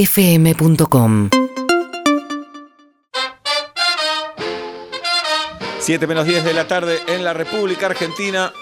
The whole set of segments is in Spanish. urbanaplayfm.com 7 menos 10 de la tarde en la República Argentina.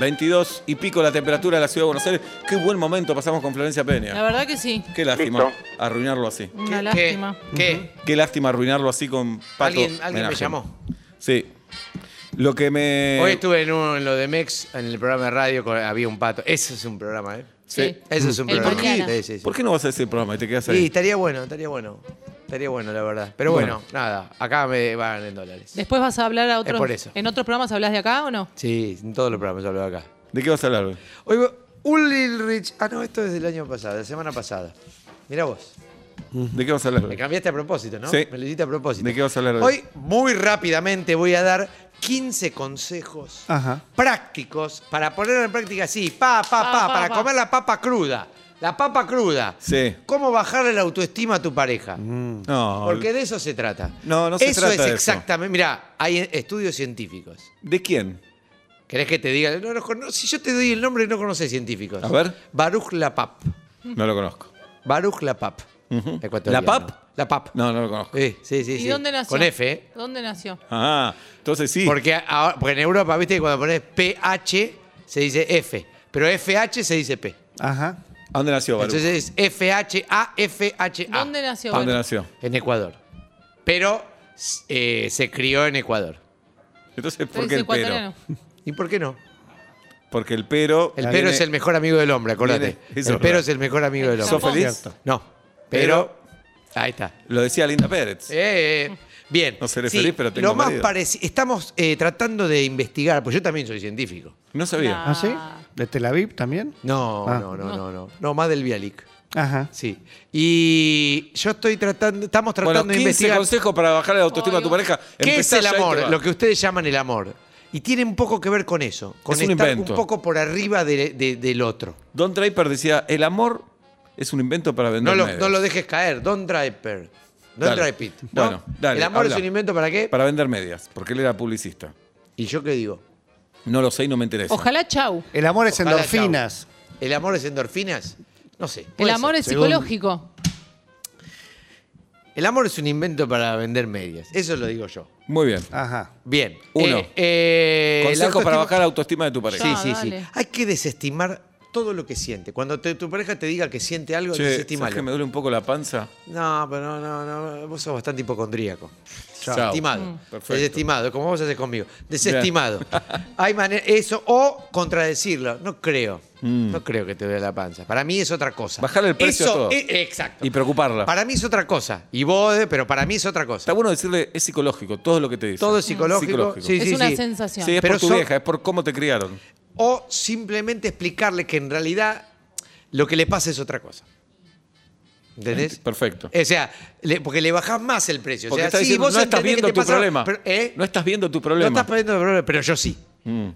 22 y pico la temperatura de la ciudad de Buenos Aires. Qué buen momento pasamos con Florencia La Peña. verdad que sí. Qué lástima Listo. arruinarlo así. Una ¿Qué? lástima. ¿Qué? Qué lástima arruinarlo así con Pato. Alguien, alguien me Menaje. llamó. Sí. Lo que me. Hoy estuve en, uno, en lo de Mex, en el programa de radio, con- había un pato. Ese es un programa, ¿eh? Sí. Ese es un El programa. mañana. Sí, sí, sí. ¿Por qué no vas a ese programa y te quedas Sí, ahí? estaría bueno, estaría bueno. Estaría bueno, la verdad. Pero bueno, nada, acá me van en dólares. Después vas a hablar a otros. por eso. ¿En otros programas hablas de acá o no? Sí, en todos los programas yo hablo acá. ¿De qué vas a hablar? hoy? Hoy va- Ulrich. Ah, no, esto es del año pasado, de la semana pasada. Mira vos. ¿De qué vas a hablar? Me hoy? cambiaste a propósito, ¿no? Sí. Me lo hiciste a propósito. ¿De qué vas a hablar hoy? Hoy, muy rápidamente, voy a dar 15 consejos Ajá. prácticos para poner en práctica así, pa, pa, pa, Pa, pa, para pa. comer la papa cruda. La papa cruda. Sí. ¿Cómo bajarle la autoestima a tu pareja? No. Porque de eso se trata. No, no se eso trata es de eso. exactamente. Mira, hay estudios científicos. ¿De quién? ¿Querés que te diga? No, no cono- si yo te doy el nombre, no conoces científicos. A ver. Baruch Lapap. No lo conozco. Baruch Lapap. Ujú. Ecuatoriano. ¿Lapap? Lapap. No, no lo conozco. Sí, sí, sí. ¿Y sí. dónde nació? Con F, ¿eh? ¿Dónde nació? Ah, entonces sí. Porque, ahora- porque en Europa, viste, que cuando pones PH se dice F, pero FH se dice P. Ajá. ¿A dónde nació Baruch? Entonces es FHA, FHA. ¿Dónde nació? ¿A dónde Baruch? nació? En Ecuador. Pero eh, se crió en Ecuador. Entonces, ¿por Entonces, qué el pero? ecuatoriano. ¿Y por qué no? Porque el pero. El viene- pero es el mejor amigo del hombre, acordate. Viene- El es pero verdad. es el mejor amigo del ¿Sos hombre. Japón. feliz? No, pero... Ahí está. Lo decía Linda Pérez. Eh, eh, bien. No seré feliz, pero tengo Lo más marido. parecido... Estamos eh, tratando de investigar, pues yo también soy científico. No sabía. Ah. ¿Ah, sí? ¿De Tel Aviv también? No, Ah. no, no, no, no. No, más del Bialik. Ajá. Sí. Y yo estoy tratando, estamos tratando Bueno, de 15 investigar consejos para bajar la autoestima Oh, a tu Dios. pareja. qué es Empezá el ya y te amor, va. lo que ustedes llaman el amor. Y tiene un poco que ver con eso, con Es un estar invento. un poco por arriba de- de- del otro. Don Draper decía, el amor es un invento para vender No lo, medias". no lo dejes caer, don't driver. Don't Dale. drive it. ¿no? Bueno, dale, el amor habla. es un invento para qué? Para vender medias, porque él era publicista. ¿Y yo qué digo? No lo sé y no me interesa. Ojalá chau. El amor es Ojalá, endorfinas. chau. ¿El amor es endorfinas? No sé. El puede amor ser. es psicológico. El amor es un invento para vender medias. Eso lo digo yo. Muy bien. Ajá. Bien. Uno. Eh, eh, la Consejos para autoestima- bajar la autoestima de tu pareja. Sí, Ah, sí, dale. sí. Hay que desestimar todo lo que siente. Cuando te- tu pareja te diga que siente algo, Che, ¿sabes que me desestimalo. duele un poco la panza? No, pero no, no, no. Vos sos bastante hipocondríaco. Chao. Desestimado. Mm. Perfecto. Desestimado, como vos haces conmigo. Desestimado. Hay manera. Eso, o contradecirlo. No creo. No creo que te duele la panza. Para mí es otra cosa. Bajarle Mm. el precio Eso a todo. es- exacto. Y preocuparla. Para mí es otra cosa. Y vos, eh, pero para mí es otra cosa. Está bueno decirle, es psicológico, todo lo que te dice. Todo es psicológico. Sí, es sí, una sí. sensación. Sí, es Pero por tu son- vieja, es por cómo te criaron. O simplemente explicarle que en realidad lo que le pasa es otra cosa. ¿Entendés? Perfecto. O sea, le- porque le bajás más el precio. O Porque sea, estás sí, diciendo, vos no estás entendés que viendo te tu pasa- problema. pero, ¿eh? No estás viendo tu No problema. Mm. estás perdiendo el problema, pero yo sí.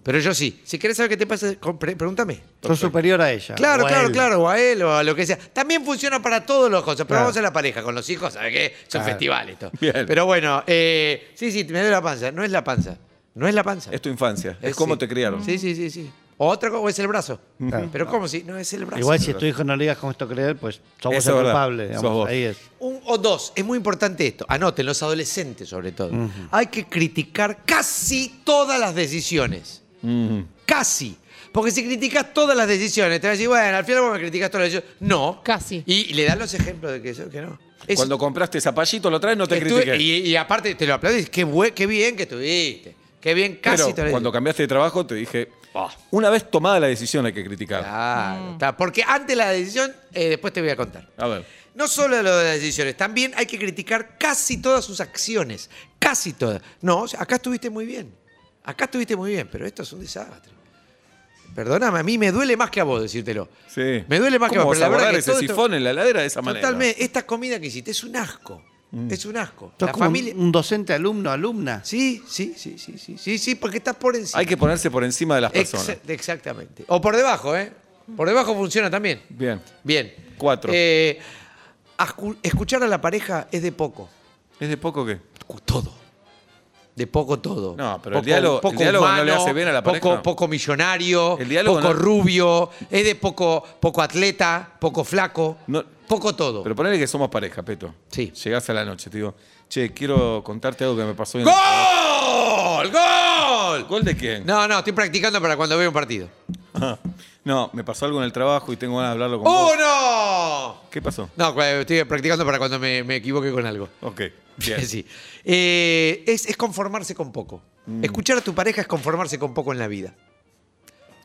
Pero yo sí. Si querés saber qué te pasa, compre- pregúntame. Sos superior a ella. Claro, o a claro, él. claro, o a él o a lo que sea. También funciona para todas las cosas, pero Claro. vamos a la pareja, con los hijos, ¿sabes qué? Son Claro. festivales. Todo. Bien. Pero bueno, eh, sí, sí, me duele la panza. No es la panza. No es la panza. Es tu infancia, es, cómo Eh, sí. te criaron. Sí, sí, sí, sí. O otra cosa, o es el brazo. Claro. Pero ¿cómo si? No es el brazo. Igual si a tu hijo no le digas cómo esto creer, pues sos vos Eso es el verdad. culpable. digamos. Sos vos. Ahí es. Un o dos, es muy importante esto. Anoten, los adolescentes sobre todo. Hay que criticar casi todas las decisiones. Casi. Porque si criticas todas las decisiones, te vas a decir, bueno, al final vos me criticas todas las decisiones. No. Casi. Y, y le dan los ejemplos de que, eso- que no. Es- Cuando compraste zapallito, lo traes, no te estuve- critiques. y, y aparte te lo aplaudís, qué, bue- qué bien que estuviste. Qué bien, Pero casi todas las cuando decisiones. cambiaste de trabajo, te dije, una vez tomada la decisión hay que criticar. Ah. Claro, está. Porque antes la decisión, eh, después te voy a contar. A ver, No solo lo de las decisiones, también hay que criticar casi todas sus acciones. Casi todas. No, o sea, acá estuviste muy bien. Acá estuviste muy bien, pero esto es un desastre. Perdóname, a mí me duele más que a vos decírtelo. sí. Me duele más que a ¿Cómo vos, vas pero a la verdad guardar que ese todo esto- sifón en la heladera de esa manera? Mm. Totalmente, esta comida que hiciste es un asco. Es un asco. Sos la como un- familia. un docente, alumno, alumna. Sí, sí, sí, sí, sí, sí, sí, porque estás por encima. Hay que ponerse por encima de las Ex- personas. Exactamente. O por debajo, ¿eh? Por debajo funciona también. Bien. Bien. Cuatro. Eh, ascu- escuchar a la pareja es de poco. ¿Es de poco qué? Todo. de poco todo. No, pero el diálogo- el diálogo no le hace bien a la pareja, Poco, no. poco millonario, El diálogo poco no- rubio, es de poco, poco atleta, poco flaco, No. poco todo. Pero ponele que somos pareja, Peto. Sí. Llegás a la noche, te digo, che, quiero contarte algo que me pasó hoy en ¡Gol! ¡Gol! ¿Gol de quién? No, no, estoy practicando para cuando veo un partido. No, me pasó algo en el trabajo y tengo ganas de hablarlo ¡Oh, con vos. ¡Uno! ¿Qué pasó? No, cu- estoy practicando para cuando me, me equivoque con algo. Ok, bien. Sí. Eh, es, es conformarse con poco. Mm. Escuchar a tu pareja es conformarse con poco en la vida.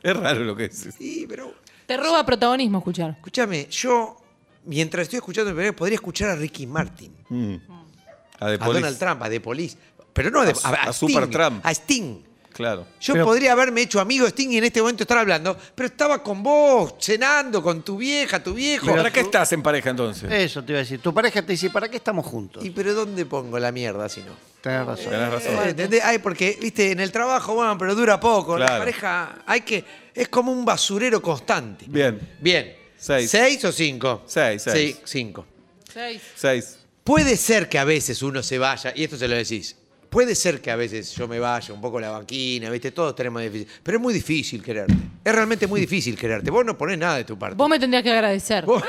Es raro lo que dices. Sí, pero Te roba protagonismo escuchar. escúchame, yo mientras estoy escuchando mi pareja podría escuchar a Ricky Martin, Mm. A de a Ah, Donald Trump, a The Police, pero no a, The- A- a Sting, Supertramp. a Sting. Claro. Yo Pero- podría haberme hecho amigo de Sting y en este momento estar hablando, pero estaba con vos, cenando, con tu vieja, tu viejo. ¿Para qué estás en pareja entonces? Eh, Eso te iba a decir. Tu pareja te dice, ¿para qué estamos juntos? ¿Y pero dónde pongo la mierda si no? Tenés razón. Tenés razón. Eh, ¿Entendés? Ay, porque, viste, en el trabajo, bueno, pero dura poco. La Claro. pareja, hay que. Es como un basurero constante. Bien. Bien. Seis. ¿Seis o cinco? Seis, seis. Sí, cinco. Seis. Seis. Puede ser que a veces uno se vaya, y esto se lo decís. Puede ser que a veces yo me vaya un poco la banquina, ¿viste? Todos tenemos difícil. Pero es muy difícil quererte. Es realmente muy difícil quererte. Vos no ponés nada de tu parte. Vos me tendrías que agradecer. Vos,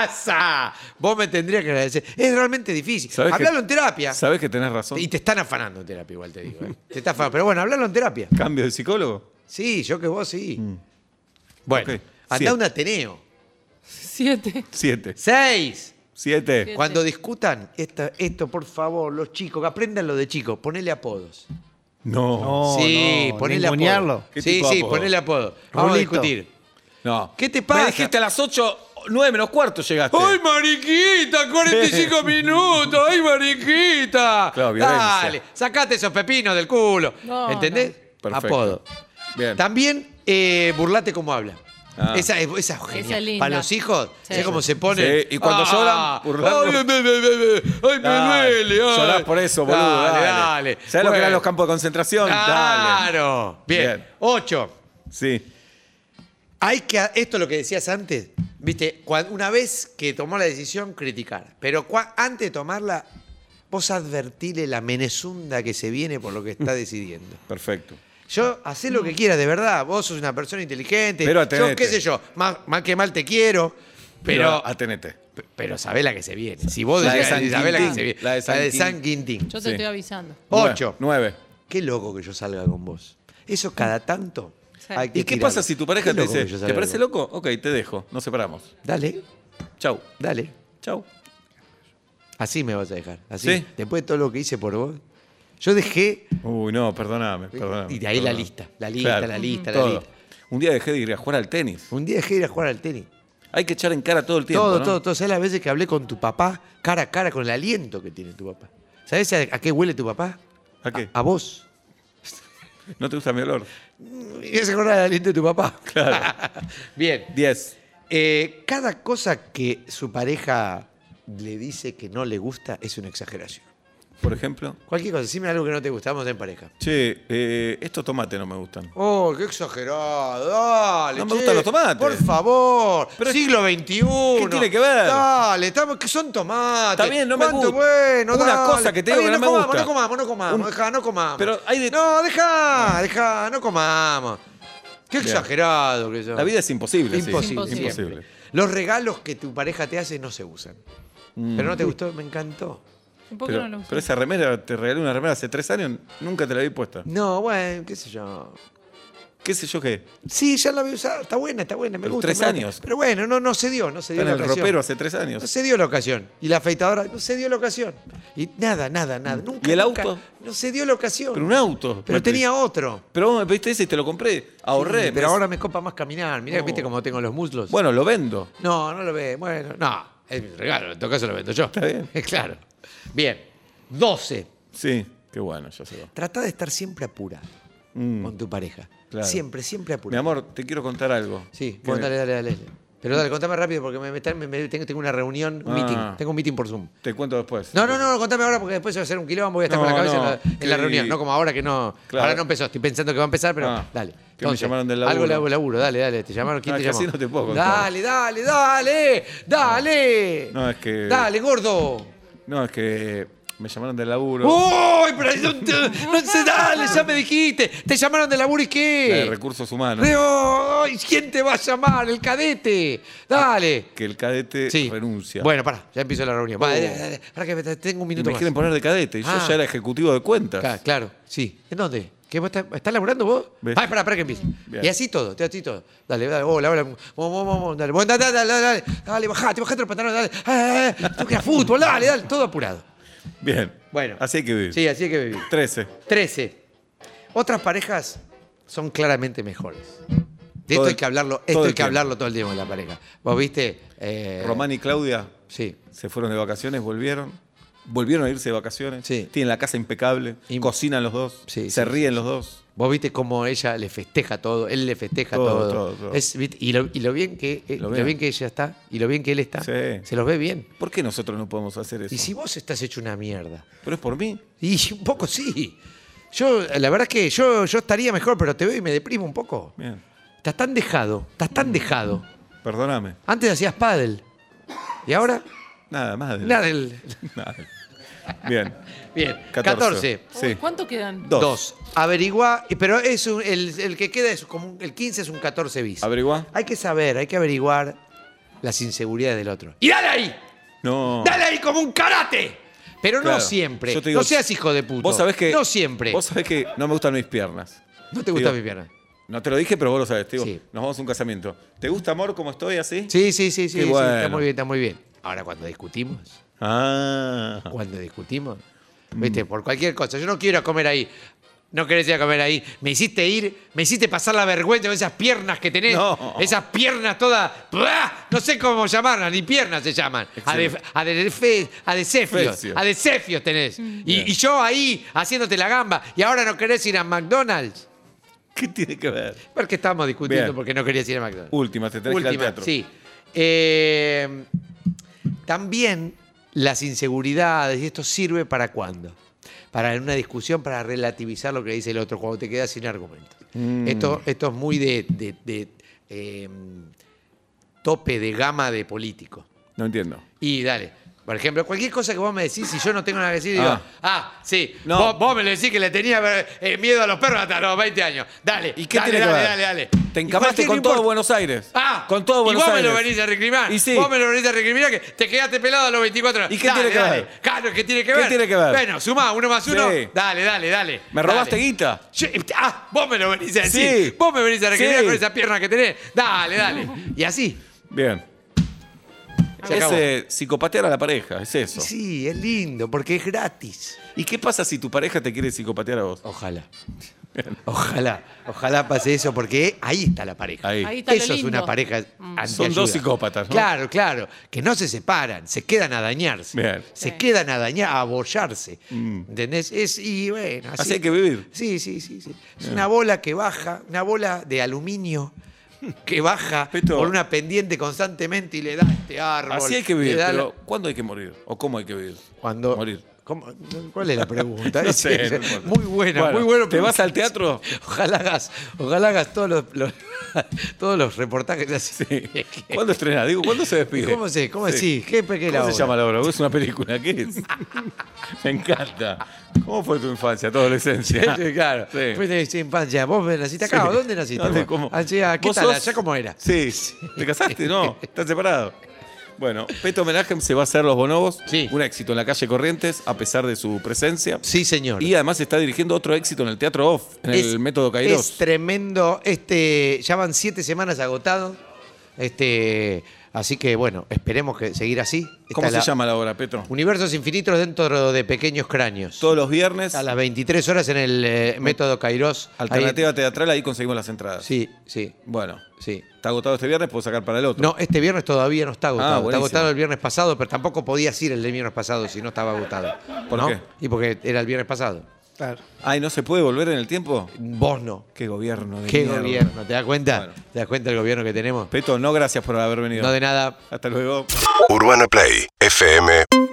¡Asa! Vos me tendrías que agradecer. Es realmente difícil. ¿Sabés que- Hablalo en terapia. Sabés que tenés razón. Y te están afanando en terapia, igual te digo. ¿eh? Te está afanando. Pero bueno, hablalo en terapia. ¿Cambio de psicólogo? Sí, yo que vos sí. Bueno, Mm. Ok, andá siete. a un Ateneo. Siete. Siete. Seis. Siete. Cuando discutan esto, esto, por favor, los chicos, que aprendan lo de chicos, ponele apodos. No. No, sí, no, ponele ningunearlo. apodo. ¿Qué Sí, tipo de sí, apodo? ponele apodo. Vamos a Rulito. discutir. No. ¿Qué te pasa? Me dijiste a las ocho, nueve menos cuarto llegaste. ¡Ay, mariquita! ¡45 minutos! ¡Ay, mariquita! Claro, violencia. Dale, sacate esos pepinos del culo. No, ¿Entendés? Perfecto. Apodo. Bien. También eh, burlate como habla. Ah. Esa, es, esa es genial. Esa es linda. Para los hijos, Sí. ¿sabés cómo se pone? Sí, y cuando lloran, burlarlo. Ay, me, me, me, me, ay, me Dale. duele. ay. Llorás por eso, boludo. Dale. Dale, ¿Sabés lo que eran los campos de concentración? Dale. Claro. Bien. Bien. Ocho. Sí. Hay que, esto es lo que decías antes, viste, cua- una vez que tomó la decisión, criticar. Pero cua- antes de tomarla, vos advertile la menezunda que se viene por lo que está decidiendo. Perfecto. Yo, hacé lo que quieras, de verdad. Vos sos una persona inteligente. Pero yo, atenete. qué sé yo, más, mal que mal te quiero, pero, Atenete. pero sabé la que se viene. Si vos La de decís, San sabés la que Quintín. se viene. La de San Quintín. Yo te Sí. estoy avisando. Ocho. Nueve. Qué loco que yo salga con vos. Eso cada tanto. Sí. hay que ¿Y qué tirarlo. pasa si tu pareja Qué te loco que yo dice, salga ¿te parece con- loco? Ok, te dejo. Nos separamos. Dale, Chau. dale. Chau. Así me vas a dejar. Así. ¿Sí? Después de todo lo que hice por vos. Yo dejé. Uy, no, perdóname. perdóname y de ahí la perdóname. lista. La lista, Claro. la lista, Todo. la lista. Un día dejé de ir a jugar al tenis. Un día dejé de ir a jugar al tenis. Hay que echar en cara todo el tiempo. todo, ¿no? todo, todo. ¿Sabes las veces que hablé con tu papá cara a cara con el aliento que tiene tu papá? ¿Sabes a, a qué huele tu papá? ¿A qué? A, vos. ¿No te gusta mi olor? Y se acordaba del aliento de tu papá. Claro. Bien. Diez. Eh, cada cosa que su pareja le dice que no le gusta es una exageración. Por ejemplo. Cualquier cosa, decime algo que no te gusta, vamos en pareja. Che, eh, estos tomates no me gustan. Oh, qué exagerado. Dale. No me gustan los tomates. Por favor. Pero es- Siglo XXI. ¿Qué tiene que ver? Dale, estamos, que son tomates. Está bien, no me ¿Cuánto? gusta. Bueno, Una dale. cosa que te Está digo que bien, no me comamos, gusta. No comamos, no comamos, Un- dejá, no comamos. Pero hay de- No, dejá, dejá, no comamos. Qué Bien. exagerado que yo. La vida es imposible. sí. imposible. Imposible. Imposible. Los regalos que tu pareja te hace no se usan. Mm. Pero no te gustó, me encantó. Un poco no lo Pero, usé. pero esa remera, te regalé una remera hace tres años, nunca te la había puesta. No, bueno, qué sé yo. ¿Qué sé yo qué? Sí, ya la había usado. Está buena, está buena, me Pero gusta. tres me gusta. años. Pero bueno, no, no se dio, no Está se dio en la el ocasión. ropero hace tres No años. se dio la ocasión. Y la afeitadora, no se dio la ocasión. Y nada, nada, nada. Nunca, ¿Y el nunca, auto? No se dio la ocasión. Pero un auto. Pero me tenía otro. Pero vos me pediste ese y te lo compré. Ahorré. Sí, pero me- ahora me copa más caminar. Mirá, No. viste cómo tengo los muslos. Bueno, lo vendo. No, no lo ve. Bueno, no. Es mi regalo. En todo caso lo vendo yo. Está bien. claro. Bien. 12. Sí. Qué bueno, ya se va. Trata de estar siempre apurado con tu pareja. Mm. Claro. Siempre, siempre Mi apurado. amor, te quiero contar algo. Sí, Que bueno, me- dale, dale, dale. Pero dale, contame rápido porque me, me están- me- me- tengo, tengo una reunión, un Ah. meeting. Tengo un meeting por Zoom. Te cuento después. No, no, no, contame ahora porque después se va a hacer un quilombo, voy a estar No, con la cabeza en, no, la, en que- la reunión, no como ahora que no. Claro. Ahora no empezó, estoy pensando que va a empezar, pero Ah, dale. que me llamaron del laburo. Algo laburo, laburo, dale, dale, te llamaron, ¿quién Ah, te que llamó? así no te puedo contar. Dale, dale, dale, dale. No, es que- Dale, gordo. No, es que Me llamaron del laburo. ¡Uy! Pero no, te- no sé, dale, ya me dijiste. Te llamaron de laburo y La de qué. recursos humanos. Re- oh, ay, ¿Quién te va a llamar? El cadete. Dale. Que el cadete Sí. renuncia. Oh. Bueno, pará, ya empiezo la reunión. Pará, dale, dale, pará que me- tengo y un minuto me más. quieren poner de cadete. Y Ah. yo ya era ejecutivo de cuentas. Ca- Claro, sí. ¿En dónde? ¿Qué vos estás, estás laburando vos? ¿Ves? Ah, espera, espera que empiece. Bien. Y así todo, te así todo. Dale, dale, hola, hola. Vamos, vamos, vamos, dale. Vos, dale, dale, dale, dale, dale, bajate, bajate los pantalones, dale. Ah, ah, ah, Tú que a fútbol, dale, dale, todo apurado. Bien. Bueno. Así hay que vivir. Sí, así hay que vivir. 13. 13. Otras parejas son claramente mejores. De Todo esto el- hay que hablarlo, todo esto el hay que tiempo. hablarlo todo el tiempo en la pareja. Vos viste. Eh, Román y Claudia Sí. se fueron de vacaciones, volvieron. Volvieron a irse de vacaciones. Sí. Tienen la casa impecable. Im- cocinan los dos. Sí, se sí, ríen los dos. Vos viste cómo ella le festeja todo, él le festeja Todo, todo. todo, todo. Es- viste, y, lo, y lo bien que, eh, Lo lo bien. bien que ella está y lo bien que él está, Sí. se los ve bien. ¿Por qué nosotros no podemos hacer eso? Y si vos estás hecho una mierda, Pero es por mí. y un poco sí. Yo, la verdad es que yo, yo estaría mejor, pero te veo y me deprimo un poco. Bien. Estás tan dejado, estás tan dejado. Perdóname. Antes hacías pádel. Y ahora, Nada, más de nada del. Nada. Bien. Bien, 14. 14. Uy, Sí. ¿Cuánto quedan? Dos. Dos. Averigua, pero es un- el, el que queda es como un- el 15 es un 14 bis. Averigua. Hay que saber, hay que averiguar las inseguridades del otro. ¡Y dale ahí! No. ¡Dale ahí como un karate! Pero no Ah. Claro. siempre. Yo te digo, no seas hijo de puta. Vos sabés que. No siempre. Vos sabés que no me gustan mis piernas. No te gusta digo- mi pierna. No te lo dije, pero vos lo sabés. Te digo, Sí. nos vamos a un casamiento. ¿Te gusta, amor, como estoy así? Sí, sí, sí, sí, Qué sí, bueno. Está muy bien, está muy bien. Ahora, cuando discutimos, Ah. Mm. cuando discutimos, viste, por cualquier cosa. Yo no quiero ir a comer ahí. No querés ir a comer ahí. Me hiciste ir, me hiciste pasar la vergüenza con esas piernas que tenés. No. Esas piernas todas. ¡buah! No sé cómo llamarlas, ni piernas se llaman. A de, Excelente. a de, fe- a de cefios. Fecio. A de cefios tenés. Bien. Y, y yo ahí haciéndote la gamba. Y ahora no querés ir a McDonald's. ¿Qué tiene que ver? Porque estábamos discutiendo Bien. porque no querías ir a McDonald's. Última, te tenés que ir Última, al teatro. sí. Eh, también las inseguridades, y esto sirve para cuándo? Para en una discusión, para relativizar lo que dice el otro, cuando te quedas sin argumentos. Mm. Esto, esto es muy de, de- de, eh, tope de gama de político. No entiendo. Y dale. Por ejemplo, cualquier cosa que vos me decís, si yo no tengo nada que decir, digo, Ah. ah, sí, No. vos, vos me lo decís que le tenía eh, miedo a los perros hasta los 20 años. Dale, ¿Y qué dale, tiene dale, que ver? dale, dale. Te Y encamaste cualquier- con no todo importa. Buenos Aires. Ah, con todo Buenos y vos Aires. me lo venís a recriminar. Y sí. Vos me lo venís a recriminar que te quedaste pelado a los 24 años. ¿Y qué Dale, tiene que dale. ver? Claro, ¿qué tiene que ¿Qué ver? tiene que ver? Bueno, sumá, uno más uno. Sí. Dale, dale, dale. ¿Me robaste Dale. guita? Yo- ah, vos me lo venís a decir. Sí. Vos me venís a recriminar Sí. con esa pierna que tenés. Dale, dale. Y así. Bien. Se acabó. Es eh, psicopatear a la pareja, es eso. Sí, es lindo, porque es gratis. ¿Y qué pasa si tu pareja te quiere psicopatear a vos? Ojalá. Ojalá, ojalá pase eso, porque ahí está la pareja. Ahí. Ahí está lo Eso es lindo. Mm. una pareja Son dos psicópatas, ¿no? Claro, claro. Que no se separan, se quedan a dañarse. Bien. Mm. Se Sí. quedan a dañar, a abollarse. ¿Entendés? Es, y bueno, así, Así hay que vivir. Sí, sí, sí. sí. Es una bola que baja, una bola de aluminio que baja Esto- por una pendiente constantemente y le da este árbol. Así hay que le vivir, da la- pero ¿cuándo hay que morir? ¿O cómo hay que vivir? cuando Morir. ¿Cómo? ¿Cuál es la pregunta? No sé, Es- no importa. muy buena, Bueno, muy buena. ¿Te vas pregunta. al teatro? Ojalá hagas, ojalá hagas todos los, los- todos los reportajes así. Sí. ¿Cuándo estrenás? Digo, ¿cuándo se despide? ¿Cómo se? ¿Cómo Sí. decís? ¿Qué, qué ¿Cómo se llama la obra? ¿Es una película? ¿Qué es? Me encanta. ¿Cómo fue tu infancia, tu adolescencia? claro. Sí. Fuiste de infancia. ¿Vos naciste acá? Sí. ¿O dónde naciste? ¿Dónde? vos? ¿Cómo? Allá, ¿Qué ¿Vos tal? sos? ¿Allá cómo era? Sí. ¿Te casaste? No. ¿Estás separado? Bueno, Peto Homenaje se va a hacer Los Bonobos. Sí. Un éxito en la calle Corrientes, a pesar de su presencia. Sí, señor. Y además está dirigiendo otro éxito en el Teatro Off, en Es- el Método Kairos. Es tremendo. Este, ya van siete semanas agotado. Este, así que bueno, esperemos que seguir así. ¿Cómo Está se la- llama la obra, Peto? Universos infinitos dentro de pequeños cráneos. Todos los viernes, A las 23 horas en el eh, método Kairos. alternativa teatral, ahí conseguimos las entradas. Ahí- sí, sí, Bueno, sí. está agotado este viernes, puedo sacar para el otro. No, este viernes todavía no está agotado. está Ah, buenísimo. agotado el viernes pasado, pero tampoco podías ir el del viernes pasado si no estaba agotado. ¿Por ¿No? qué? Y porque era el viernes pasado. Ay, ¿no se puede volver en el tiempo? Vos no. Qué gobierno. de ¿Qué mierda. gobierno? ¿Te das cuenta? Bueno. ¿Te das cuenta del gobierno que tenemos? Peto, no gracias por haber venido. No de nada. Hasta luego. Urbana Play fm.com